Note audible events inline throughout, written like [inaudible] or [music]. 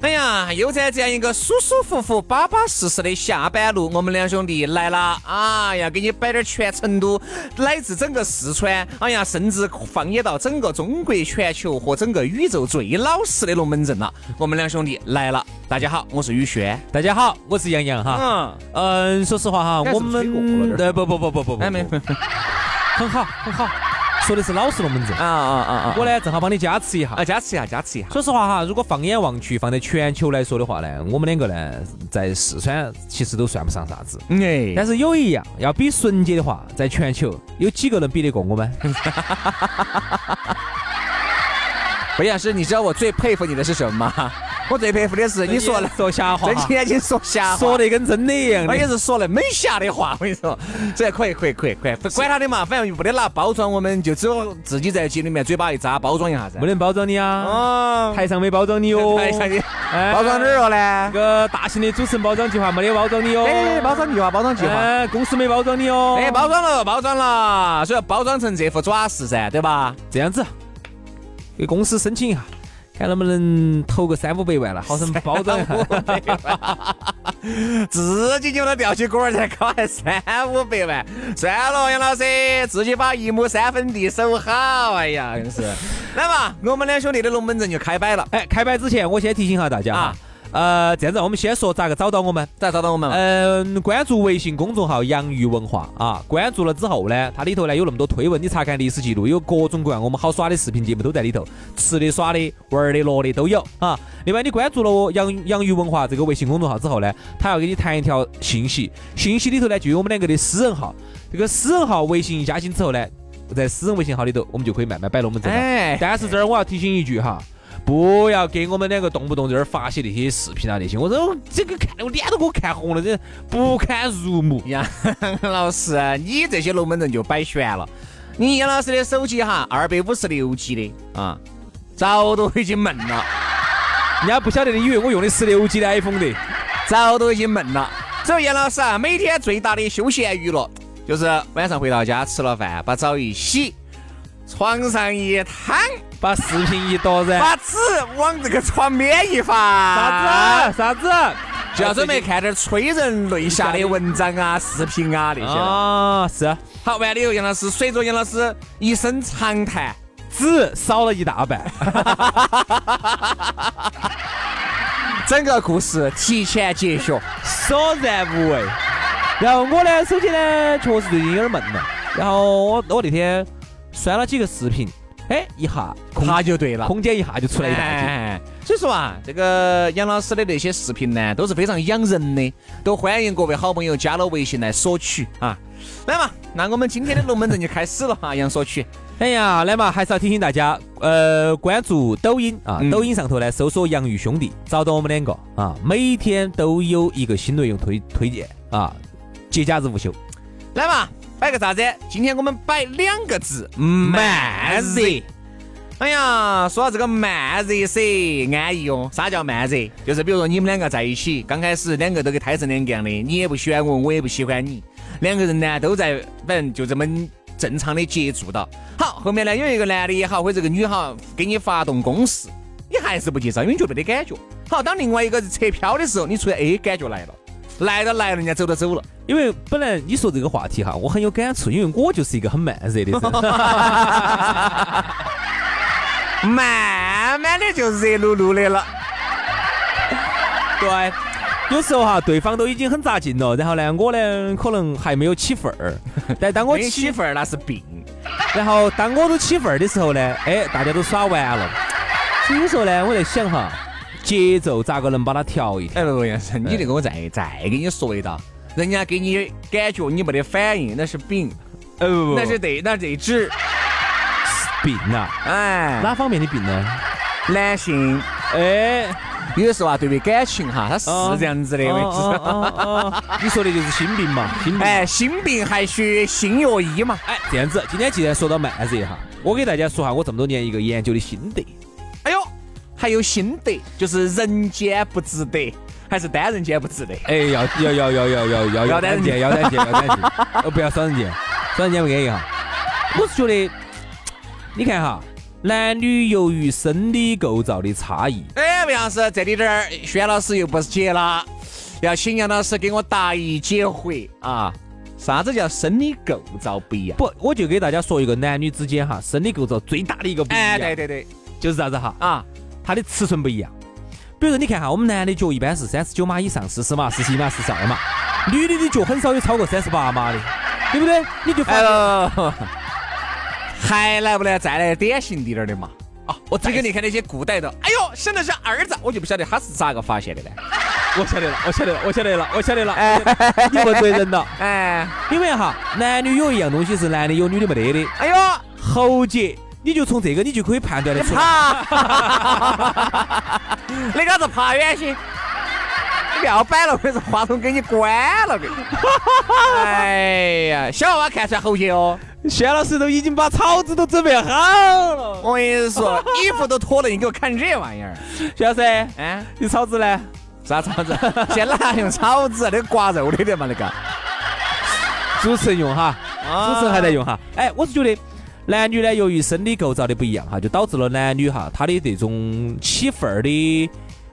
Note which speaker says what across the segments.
Speaker 1: 哎呀，又在这样一个舒舒服服、巴巴适适的下班路，我们两兄弟来啦！啊呀，给你摆点儿全成都乃至整个四川，哎呀，甚至放眼到整个中国、全球和整个宇宙最老实的龙门阵了。我们两兄弟来了，大家好，我是宇轩。
Speaker 2: 大家好，我是杨洋哈。
Speaker 1: 嗯，
Speaker 2: 嗯，说实话哈，
Speaker 1: 哎
Speaker 2: 我
Speaker 1: 是不是吹过了
Speaker 2: 们
Speaker 1: 点
Speaker 2: 呃不不不不不不，
Speaker 1: 哎没
Speaker 2: 不很好很好，说的是老实龙门阵。
Speaker 1: 啊啊啊啊！
Speaker 2: 我呢正好帮你加持一下。
Speaker 1: 啊，加持一下，加持一下。
Speaker 2: 说实话哈，如果放眼望去，放在全球来说的话呢，我们两个呢呃在四川其实都算不上啥子。
Speaker 1: 哎
Speaker 2: 但是有一样，要比纯洁的话，在全球有几个能比得过我们？ [laughs]
Speaker 1: 白老师，哎你知道我最佩服你的是什么 [laughs] 吗？我最佩服的是你说了
Speaker 2: 说瞎话
Speaker 1: 睁，起眼睛说瞎话，
Speaker 2: 说的跟真的一样的
Speaker 1: 而。且是说了没瞎的话。 [laughs] 我跟你说，这可以可以可以可以，不管他的嘛，反正又不得拿包装，我们就只有自己在节里面嘴巴一扎包装一下噻。
Speaker 2: 没人包装你啊，
Speaker 1: 哦，
Speaker 2: 台上没包装你哟，
Speaker 1: 哎下去
Speaker 2: 哎
Speaker 1: 包装哪儿了呢
Speaker 2: 这？个大型的主持人包装计划没得包装你哟，
Speaker 1: 哎，包装计划，包装计划。
Speaker 2: 哎，公司没包装你哦。
Speaker 1: 哎，包装了，包装了，所以要包装成这副爪式噻，对吧？
Speaker 2: 这样子，给公司申请一下，看能不能投个三五百万了，好生包装一下。
Speaker 1: 自己就能吊起锅儿才搞还三五百万，算了，杨老师，自己把一亩三分地守好。哎呀，真是。来嘛，我们两兄弟的龙门阵就开摆了，
Speaker 2: 哎， [laughs] 开摆之前，我先提醒一下大家哈
Speaker 1: 啊，
Speaker 2: 呃，这样子，我们先说咋个找到我们。
Speaker 1: 咋找到我们了？
Speaker 2: 嗯，关注微信公众号“洋芋文化”啊，关注了之后呢，它里头呢有那么多推文，你查看历史记录，有各种各样我们好耍的视频节目都在里头，吃的、耍的、玩的、乐的都有啊。另外，你关注了洋洋芋文化这个微信公众号之后呢，它要给你弹一条信息，信息里头呢就有我们两个的私人号，这个私人号微信一加新之后呢，在私人微信号里头，我们就可以慢慢摆龙门阵了。
Speaker 1: 哎，
Speaker 2: 但是这儿我要提醒一句哈，不要给我们两个动不动在这儿发些那些视频啊那些，我这这个看我脸都给我看红了，这不堪入目。
Speaker 1: 哎杨老师，啊你这些龙门阵就摆悬了。你杨老师的手机哈，二百五十六 G 的啊，早都已经闷了，
Speaker 2: 人家不晓得的以为我用的十六 G 的 iPhone 的，
Speaker 1: 早都已经闷了。所以杨老师啊，每天最大的休闲娱乐就是晚上回到家吃了饭，把澡一洗，床上一躺，
Speaker 2: 把视频一夺噻。
Speaker 1: 把纸往这个床边一发，
Speaker 2: 啥子？啥子？
Speaker 1: 就要准备看点催人泪下的文章啊、视频啊那些了。
Speaker 2: 啊，是
Speaker 1: 好，完了以后，杨老师随着杨老师一声长叹。
Speaker 2: 纸少了一大 [laughs] 半，
Speaker 1: 整个故事提前结束。
Speaker 2: 索然无味。然后我呢，手机呢，确实最近有点闷了。然后我我那天删了几个视频，哎，一下空
Speaker 1: 那就对了
Speaker 2: 空间一下就出来一大截。
Speaker 1: 哎，所以说啊，这个杨老师的那些视频呢，都是非常养人的，都欢迎各位好朋友加了微信来索取啊。来嘛，那我们今天的龙门阵就开始了哈，杨索取。
Speaker 2: 哎呀，来嘛，还是要提醒大家，呃，关注抖音啊，
Speaker 1: 嗯
Speaker 2: 抖音上头呢搜索“洋芋兄弟”，找到我们两个啊，每天都有一个新内容推推荐啊，节假日无休。
Speaker 1: 来嘛，摆个啥子？今天我们摆两个字，慢热。哎呀，说到这个慢热噻，安逸哦。啥叫慢热？就是比如说你们两个在一起，刚开始两个都跟胎神两个样的，你也不喜欢我，我也不喜欢你，两个人呢都在，反正就这么正常的接触到。好，后面呢有一个男的也好，或者这个女好，给你发动攻势，你还是不接招，因为觉得没得感觉。好，当另外一个扯飘的时候，你出现哎感觉来了，来都来了，人家走都走了。
Speaker 2: 因为本来你说这个话题哈，我很有感触，因为我就是一个很慢热的 [laughs] 人。
Speaker 1: 慢慢的就热噜噜的了。
Speaker 2: 对，有时候哈，对方都已经很扎劲 [laughs] 了，然后呢，我呢可能还没有起份儿，但当我
Speaker 1: 没
Speaker 2: 起
Speaker 1: 媳妇儿那是病，
Speaker 2: [laughs] 然后当我都起份儿的时候呢，哎，大家都耍完了。所以有时候呢，我在想哈，节奏咋个能把它调一调？
Speaker 1: 哎，不不，杨生，你这个我再再给你说一道，人家给你感觉你没得反应，那是饼，
Speaker 2: 哎不不
Speaker 1: 那是得那得纸，
Speaker 2: 病啊，
Speaker 1: 哎，
Speaker 2: 哪方面的病呢？
Speaker 1: 男性
Speaker 2: 哎，
Speaker 1: 有的时候啊，对于感情哈，他是
Speaker 2: 哦
Speaker 1: 这样子的，我
Speaker 2: 哦
Speaker 1: 知道。
Speaker 2: 哦哦哦你说的就是心病嘛，心病。
Speaker 1: 哎，心病还需心药医嘛。
Speaker 2: 哎，这样子，今天既然说到慢热哈，我给大家说下我这么多年一个研究的心得。
Speaker 1: 哎呦，还有心得，就是人间不值得，还是单人间不值得。
Speaker 2: 哎，要要要要要要要
Speaker 1: 要单人
Speaker 2: 间，要单 [laughs] 间，要单间，呃，不要双人间，双人间不安逸哈。我是觉得，你看哈，男女由于生理构造的差异，
Speaker 1: 哎，杨老师，这里点儿，轩老师又不是结了，要请杨老师给我答疑解惑啊！啥子叫生理构造不一样？
Speaker 2: 不，我就给大家说一个男女之间哈生理构造最大的一个不一样，
Speaker 1: 哎，对对对，
Speaker 2: 就是啥子哈，
Speaker 1: 啊，
Speaker 2: 它的尺寸不一样。比如说，你看哈，我们男的脚一般是三十九码以上，四十码、四十一码、四十二码，女的的脚很少有超过三十八码的，对不对？你就发
Speaker 1: 哎不
Speaker 2: 现。
Speaker 1: [laughs] 不不不还来不来？再来典型一点儿的嘛。啊，我这个你看那些古代的，哎呦，生的是儿子，我就不晓得他是咋个发现的呢？
Speaker 2: 我晓得了，我晓得了，我晓得了，我晓得了，哎，你问对人了。
Speaker 1: 哎，
Speaker 2: 因为哈，男女有一样东西是男的有，女的没得的，
Speaker 1: 哎呦，
Speaker 2: 喉结，你就从这个你就可以判断得出来。
Speaker 1: 那个是爬远些，你不要摆了，我是话筒给你关了。给你哎呀，小娃娃看出来猴结哦，
Speaker 2: 轩老师都已经把草纸都准备好了，
Speaker 1: 我跟你说，衣服都脱了，你给我看这玩意儿，
Speaker 2: 轩老师，
Speaker 1: 哎，
Speaker 2: 你草纸呢？
Speaker 1: 啥草子？现在哪用草纸？那刮肉的得嘛那个。
Speaker 2: 主持人用哈，
Speaker 1: 啊
Speaker 2: 主持人还在用哈。哎，我是觉得男女呢，由于生理构造的不一样哈，就导致了男女哈，他的这种起份儿的，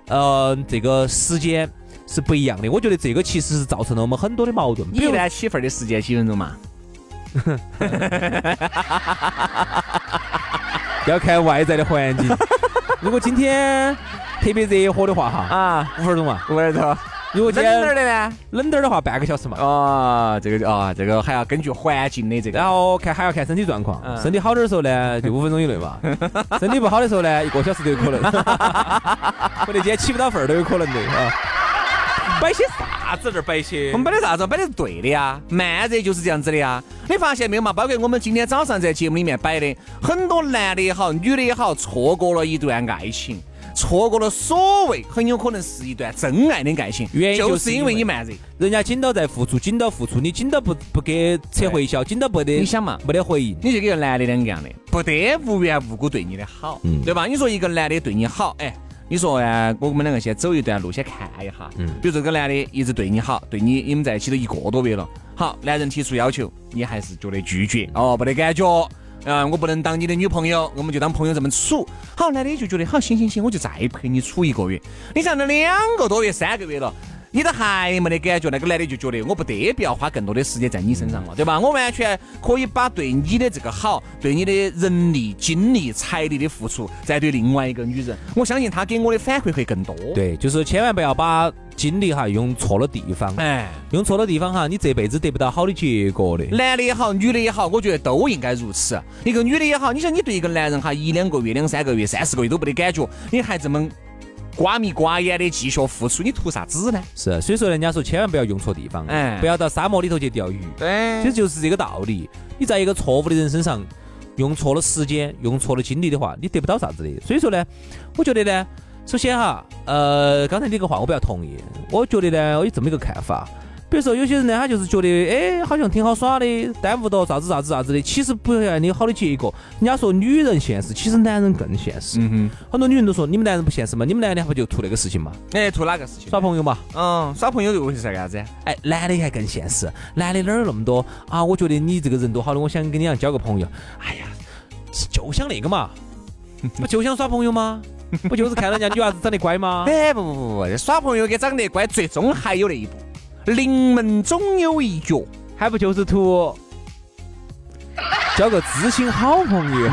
Speaker 2: 呃，这个时间是不一样的。我觉得这个其实是造成了我们很多的矛盾。比
Speaker 1: 你一
Speaker 2: 如
Speaker 1: 般起份的时间几分钟嘛？
Speaker 2: 要看外在的
Speaker 1: [laughs]
Speaker 2: 环境。如果今天特别热火的话哈，
Speaker 1: 啊，
Speaker 2: 五分钟嘛；
Speaker 1: 五分钟。
Speaker 2: 如果今
Speaker 1: 冷点儿
Speaker 2: 天
Speaker 1: 的呢？
Speaker 2: 冷点儿的话，半个小时嘛。
Speaker 1: 哦，这个哦，这个还要根据环境的这个。
Speaker 2: 然后看还要看身体状况，
Speaker 1: 嗯
Speaker 2: 身体好点儿的时候呢，就五分钟以内
Speaker 1: [laughs]
Speaker 2: 嘛；身体不好的时候呢，一个小时都有可能，或者今天起不到份儿都有可能的啊。摆些啥子这儿摆些
Speaker 1: 我们摆的啥子？摆的是对的呀，慢热就是这样子的呀。你发现没有嘛？包括我们今天早上在节目里面摆的，很多男的也好，女的也好，错过了一段爱情，错过了所谓很有可能是一段真爱的爱情，
Speaker 2: 原因就是
Speaker 1: 是因为你慢热。
Speaker 2: 人家紧到在付出，紧到付出，你紧到不不给扯回销，紧到不得，
Speaker 1: 你想嘛
Speaker 2: 没得回应。
Speaker 1: 你就跟个男的两个样的，不得无缘无故对你的好，对吧？你说一个男的对你好，哎，你说哎，我们两个先走一段路，先看一下。嗯，比如说这个男的一直对你好，对你你们在一起都一个多月了，好，男人提出要求，你还是觉得拒绝，哦，没得感觉。啊、我不能当你的女朋友，我们就当朋友这么处。好，男的就觉得好，行行行，我就再陪你处一个月。你上那两个多月、三个月了，你都还没得感觉，那个男的就觉得我不得必要花更多的时间在你身上了，对吧？我完全可以把对你的这个好，对你的人力、精力、财力的付出，再对另外一个女人，我相信她给我的反馈会更多。，
Speaker 2: 对，就是千万不要把精力哈用错了地方，
Speaker 1: 哎，
Speaker 2: 用错了地方哈，你这辈子得不到好的结果的。
Speaker 1: 男的也好，女的也好，我觉得都应该如此。一个女的也好，你想你对一个男人哈，一两个月、两三个月、三四个月都没得感觉，你还这么瓜米瓜眼的继续付出，你图啥子呢？
Speaker 2: 是，所以说人家说千万不要用错地方，
Speaker 1: 哎
Speaker 2: 不要到沙漠里头去钓鱼，
Speaker 1: 对
Speaker 2: 其实就是这个道理。你在一个错误的人身上用错了时间、用错了精力的话，你得不到啥子的。所以说呢，我觉得呢，首先哈，呃，刚才你那个话我比较同意，我觉得呢，我有这么一个看法。比如说，有些人呢，他就是觉得，哎，好像挺好耍的，耽误到啥子啥子啥子的，其实不然有好的结果。人家说女人现实，其实男人更现实。
Speaker 1: 嗯
Speaker 2: 很多女人都说，你们男人不现实吗？你们男的还不就图那个事情嘛，
Speaker 1: 哼，哎，图哪个事情？
Speaker 2: 耍朋友嘛，
Speaker 1: 嗯，耍朋友又会是啥子？啊
Speaker 2: 哎，男的还更现实，男的哪儿有那么多啊？我觉得你这个人多好的，我想跟你俩交个朋友。哎呀，就想那个嘛，不就想耍朋友吗？不就是看人家女娃子长得
Speaker 1: [laughs]
Speaker 2: 乖吗？
Speaker 1: 哎，不不不不，耍朋友跟长得乖，最终还有那一步，临门总有一脚。
Speaker 2: 还不就是图交个知心好朋友？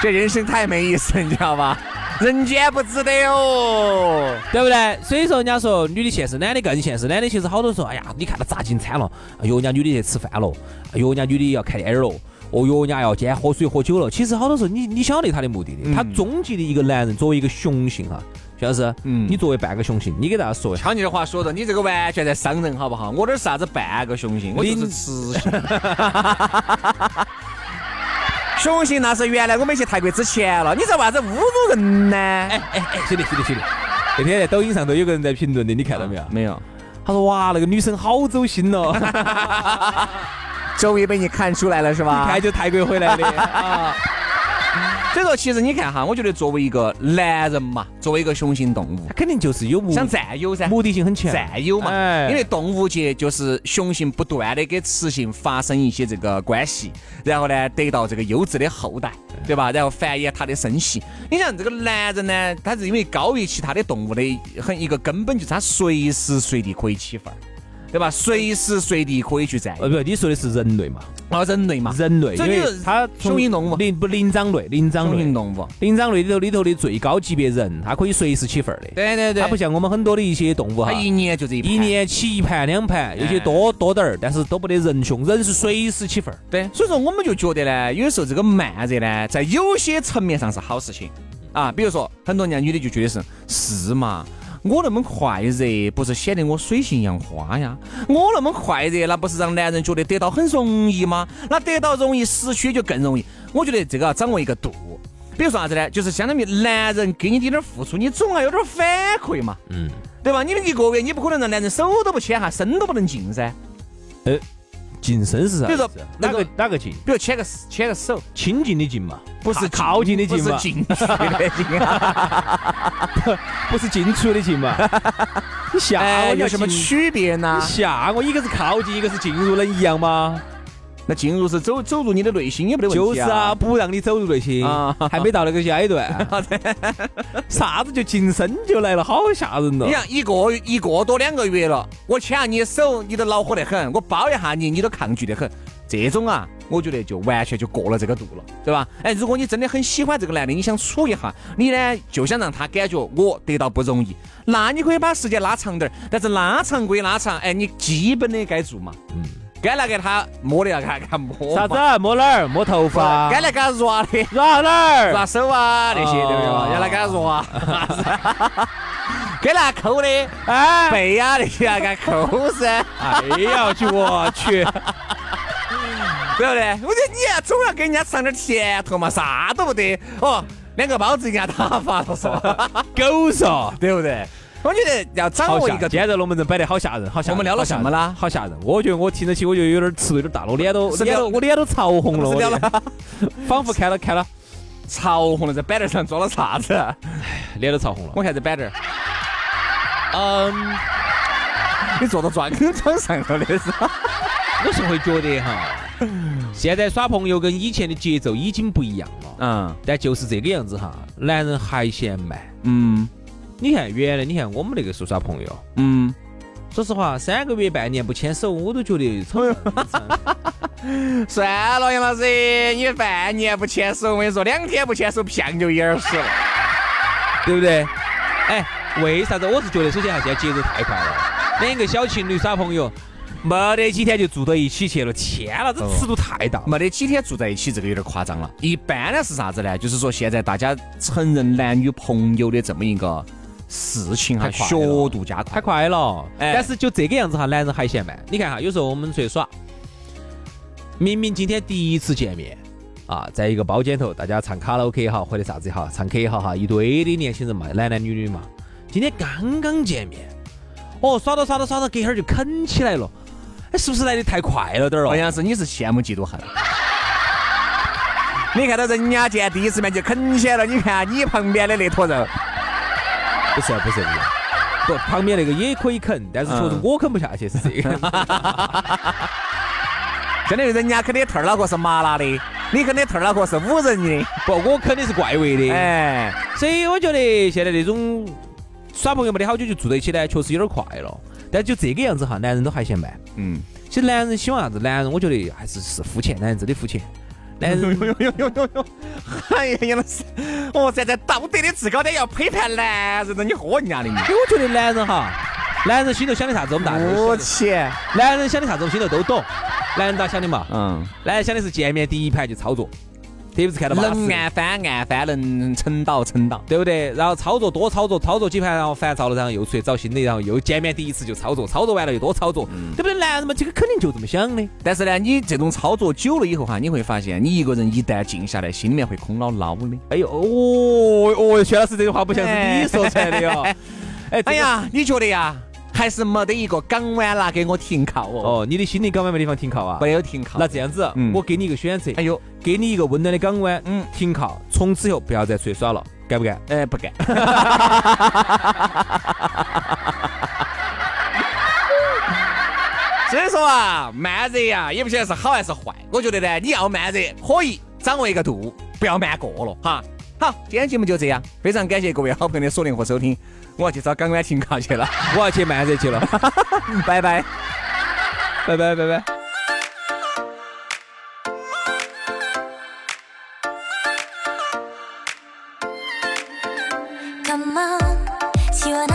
Speaker 1: 这人生太没意思，你知道吧？人间不值得哦。
Speaker 2: 对不对？所以说，人家说女的现实，男的更现实。男的其实好多人说，哎呀，你看他咋进餐了？哎呦，人家女的去吃饭了，哎呦，人家女的要看电影了，哦哟，人家要今天喝水喝酒了。其实好多时候你，你晓得他的目的的。他终极的一个男人，作为一个雄性啊哈，徐老师，
Speaker 1: 嗯
Speaker 2: 你作为半个雄性，你给大家说一下，
Speaker 1: 瞧你的话说的，你这个完全在伤人，好不好？我这是啥子半个雄性，我就是
Speaker 2: 零
Speaker 1: 雌性。 [laughs] 雄性那是原来我们去泰国之前了，你在为啥子侮辱人呢？哎，
Speaker 2: 哎，兄弟，兄弟，兄弟，那天在抖音上头有个人在评论的，你看到没有？
Speaker 1: 没有，
Speaker 2: 他说哇，那个女生好走心 [laughs] 哦，一
Speaker 1: 终于被你看出来了是吧？
Speaker 2: 看就泰国回来的啊。
Speaker 1: 所以说，其实你看哈，我觉得作为一个男人嘛，作为一个雄性动物
Speaker 2: 他， [laughs] 肯定就是有目
Speaker 1: 想占有噻，
Speaker 2: 目的性很强，
Speaker 1: 占有嘛，
Speaker 2: 哎
Speaker 1: 因为动物界就是雄性不断的跟雌性发生一些这个关系，然后呢得到这个优质的后代，对吧？然后繁衍它的生息。你想这个男人呢，他是因为高于其他的动物的很一个根本，就是他随时随地可以起范儿，对吧？随时随地可以去占有
Speaker 2: 呃，，不，你说的是人类嘛？
Speaker 1: 啊，人类嘛，
Speaker 2: 人类，
Speaker 1: 这
Speaker 2: 因为
Speaker 1: 就是
Speaker 2: 它
Speaker 1: 雄性动物
Speaker 2: 灵不灵长类，灵长
Speaker 1: 雄性
Speaker 2: 类，
Speaker 1: 动物，
Speaker 2: 灵长类里头里头的最高级别人，它可以随时起份儿的。
Speaker 1: 对对对，
Speaker 2: 它不像我们很多的一些动物
Speaker 1: 他，
Speaker 2: 哈
Speaker 1: 一年哎就这一
Speaker 2: 一
Speaker 1: 盘
Speaker 2: 年起一盘两盘，有些多多点儿，但是都不得人凶，人是随时起份儿。
Speaker 1: 对，所以说我们就觉得呢，有时候这个慢热呢，在有些层面上是好事情啊。比如说，很多人家女的就觉得是是嘛，我那么快热，不是显得我水性杨花呀？我那么快热，那不是让男人觉得得到很容易吗？那得到容易，失去就更容易。我觉得这个要掌握一个度。比如说啥子呢？就是相当于男人给你点点付出，你总要有点反馈嘛，嗯，对吧？你们一个月，你不可能让男人手都不牵哈，身都不能进噻。
Speaker 2: 近身是啥
Speaker 1: 比
Speaker 2: 意
Speaker 1: 如
Speaker 2: 思
Speaker 1: 说？那
Speaker 2: 哪
Speaker 1: 个
Speaker 2: 个哪个近？
Speaker 1: 比如牵个牵个手，
Speaker 2: 亲近的近嘛？
Speaker 1: 不是
Speaker 2: 靠近的近
Speaker 1: 不
Speaker 2: 嘛
Speaker 1: 是？ [laughs] 进去的进 [laughs] 啊，
Speaker 2: 不是进出的
Speaker 1: [laughs]
Speaker 2: 近嘛？你吓我，你
Speaker 1: 哎有
Speaker 2: 要
Speaker 1: 什么
Speaker 2: 进
Speaker 1: 区啊别呢 [laughs]
Speaker 2: 你？吓我，一个是靠近，一个是进入，能一样吗？
Speaker 1: 那进入是走走入你的内心也没得问
Speaker 2: 就
Speaker 1: 题
Speaker 2: 是
Speaker 1: 啊
Speaker 2: 啊，。不让你走入内心
Speaker 1: 啊，
Speaker 2: 还没到那个阶
Speaker 1: [laughs]
Speaker 2: 段。啥子就近身就来了，好吓人哦
Speaker 1: 你！看一个月一个多两个月了，我牵下你的手，你都恼火得很；我抱一下你，你都抗拒得很。这种啊，我觉得就完全就过了这个度了，对吧？哎，如果你真的很喜欢这个男的，你想处一下，你呢就想让他感觉我得到不容易，那你可以把时间拉长点儿，但是拉长归拉长，哎，你基本的该做嘛，嗯，该拿给他摸的要给他给他摸嘛，
Speaker 2: 啥子啊摸哪儿？摸头
Speaker 1: [laughs]
Speaker 2: 发？
Speaker 1: 该来给他抓的，
Speaker 2: 抓哪
Speaker 1: 抓
Speaker 2: 儿？
Speaker 1: 手啊那些，对
Speaker 2: 哦
Speaker 1: 不对嘛？要来给他抓， [laughs] 该来抠的 [laughs]
Speaker 2: 哎，
Speaker 1: 背啊那些要给他抠噻，
Speaker 2: 哎呀，我去我去！
Speaker 1: 对不对？我觉得你要总要给人家尝点甜头嘛，啥都不得哦，两个包子给他打发了 [laughs] 嗦，
Speaker 2: 狗嗦！
Speaker 1: 对不对？我觉得要掌
Speaker 2: 好
Speaker 1: 握
Speaker 2: 吓
Speaker 1: 一个
Speaker 2: 今天在龙门阵摆得好吓人，好吓
Speaker 1: 我
Speaker 2: 人。
Speaker 1: 们聊了
Speaker 2: 好吓人
Speaker 1: 什么啦
Speaker 2: 好吓人！我觉得我听得起，我就有点吃，有点大了，我脸都
Speaker 1: 是
Speaker 2: 脸
Speaker 1: 聊
Speaker 2: 都我脸都潮红了，
Speaker 1: 是
Speaker 2: 我
Speaker 1: 聊
Speaker 2: 脸 [laughs] 仿佛看了看了，
Speaker 1: 潮红了，在板凳上装了啥子？
Speaker 2: 脸都潮红了。
Speaker 1: 我看这板凳，
Speaker 2: 嗯。
Speaker 1: 你坐到砖砖上头的是吧？
Speaker 2: 我是会觉得 [laughs] 哈，现在耍朋友跟以前的节奏已经不一样了，
Speaker 1: 嗯
Speaker 2: 但就是这个样子哈，男人还嫌慢。
Speaker 1: 嗯
Speaker 2: 你看原来，你看我们那个时候耍朋友，
Speaker 1: 嗯，
Speaker 2: 说实话，三个月半年不牵手，我都觉得操，
Speaker 1: 算了，杨老师，你半年不牵手，我跟你说，两天不牵手，屁就眼儿屎了。
Speaker 2: 对不对？哎，为啥子？我是觉得首先还是要节奏太快了，两个小情侣耍朋友，没得几天就住到一起去了，天了，
Speaker 1: 哦
Speaker 2: 这尺度太大了。
Speaker 1: 没得几天住在一起，这个有点夸张了。一般呢是啥子呢？就是说现在大家承认男女朋友的这么一个事情哈，
Speaker 2: 太快了
Speaker 1: 学度加
Speaker 2: 太
Speaker 1: 快。
Speaker 2: 快了。
Speaker 1: 哎
Speaker 2: 但是就这个样子哈，男人还嫌慢。你看哈，有时候我们出去耍，明明今天第一次见面啊，在一个包间头，大家唱卡拉 OK 也好，或者啥子也好，唱 K 也好哈，一堆的年轻人嘛，男男女女嘛，今天刚刚见面，哦，耍到耍到耍到，隔一会儿就啃起来了。哎，是不是来的太快了点儿
Speaker 1: 好
Speaker 2: 哦？
Speaker 1: 像是哎你是羡慕嫉妒恨。 [laughs] 你看到人家见第一次面就啃起来了，你看你旁边的那坨肉，
Speaker 2: 不是啊不是不是，不，旁边那个也可以啃，但是确实
Speaker 1: 嗯
Speaker 2: 我啃不下去，是这
Speaker 1: [laughs]
Speaker 2: 个。
Speaker 1: 真的人家啃的兔儿脑壳是麻辣的，你啃的兔儿脑壳是五仁的。
Speaker 2: 不，我啃的是怪味的。
Speaker 1: 哎，
Speaker 2: 所以我觉得现在那种耍朋友没得好久就住在一起呢，确实有点快了。但就这个样子哈，男人都还嫌慢。
Speaker 1: 嗯，
Speaker 2: 其实男人喜欢啥子？男人我觉得还是是肤浅，男人真的肤浅。
Speaker 1: [laughs]
Speaker 2: 男人
Speaker 1: 哎呦呦呦呦呦！哎呀，杨老师，哦，站在道德的制高点要批判男人，你喝人家的，
Speaker 2: 因为哎我觉得男人哈，男人心头想的啥子，我们大家都
Speaker 1: 我
Speaker 2: 晓得
Speaker 1: 去，
Speaker 2: 男人想的啥子，我们心头都懂。男人咋想的嘛？
Speaker 1: 嗯，
Speaker 2: 男人想的是见面第一盘就操作，特别是看到巴
Speaker 1: 能
Speaker 2: 适，
Speaker 1: 按翻按翻，能撑到撑到。
Speaker 2: 对不对？然后操作多操作，操作几盘，然后烦躁了，然后又出去找新的，然后又见面第一次就操作，操作完了又多操作，对不对？男人嘛，这个肯定就这么想的。
Speaker 1: 但是呢，你这种操作久了以后哈，啊你会发现，你一个人一旦静下来，心里面会空落落的。
Speaker 2: 哎呦，哦哦，薛老师这句话不像是你说出来的 [laughs] 哟。哎，
Speaker 1: 哎
Speaker 2: 哎呀，
Speaker 1: 呀，你觉得呀，还是没得一个港湾拿给我停靠哦，
Speaker 2: 哦，你的心灵港湾没地方停靠啊
Speaker 1: 没？有停靠。
Speaker 2: 那这样子
Speaker 1: 嗯，
Speaker 2: 我给你一个选择，
Speaker 1: 哎呦，
Speaker 2: 给你一个温暖的港湾，
Speaker 1: 嗯
Speaker 2: 嗯，停靠，从此以后不要再出去耍了，敢不敢？
Speaker 1: 哎，不干。所以说啊，慢热呀，也不晓得是好还是坏。我觉得呢，你要慢热可以，掌握一个度，不要慢过了哈。好，今天节目就这样，非常感谢各位好朋友的锁定和收听，我要去找港湾停靠去了，
Speaker 2: 我要去慢热 [laughs] 去了，
Speaker 1: 拜拜。
Speaker 2: 拜拜拜拜。
Speaker 3: Come on, 시원한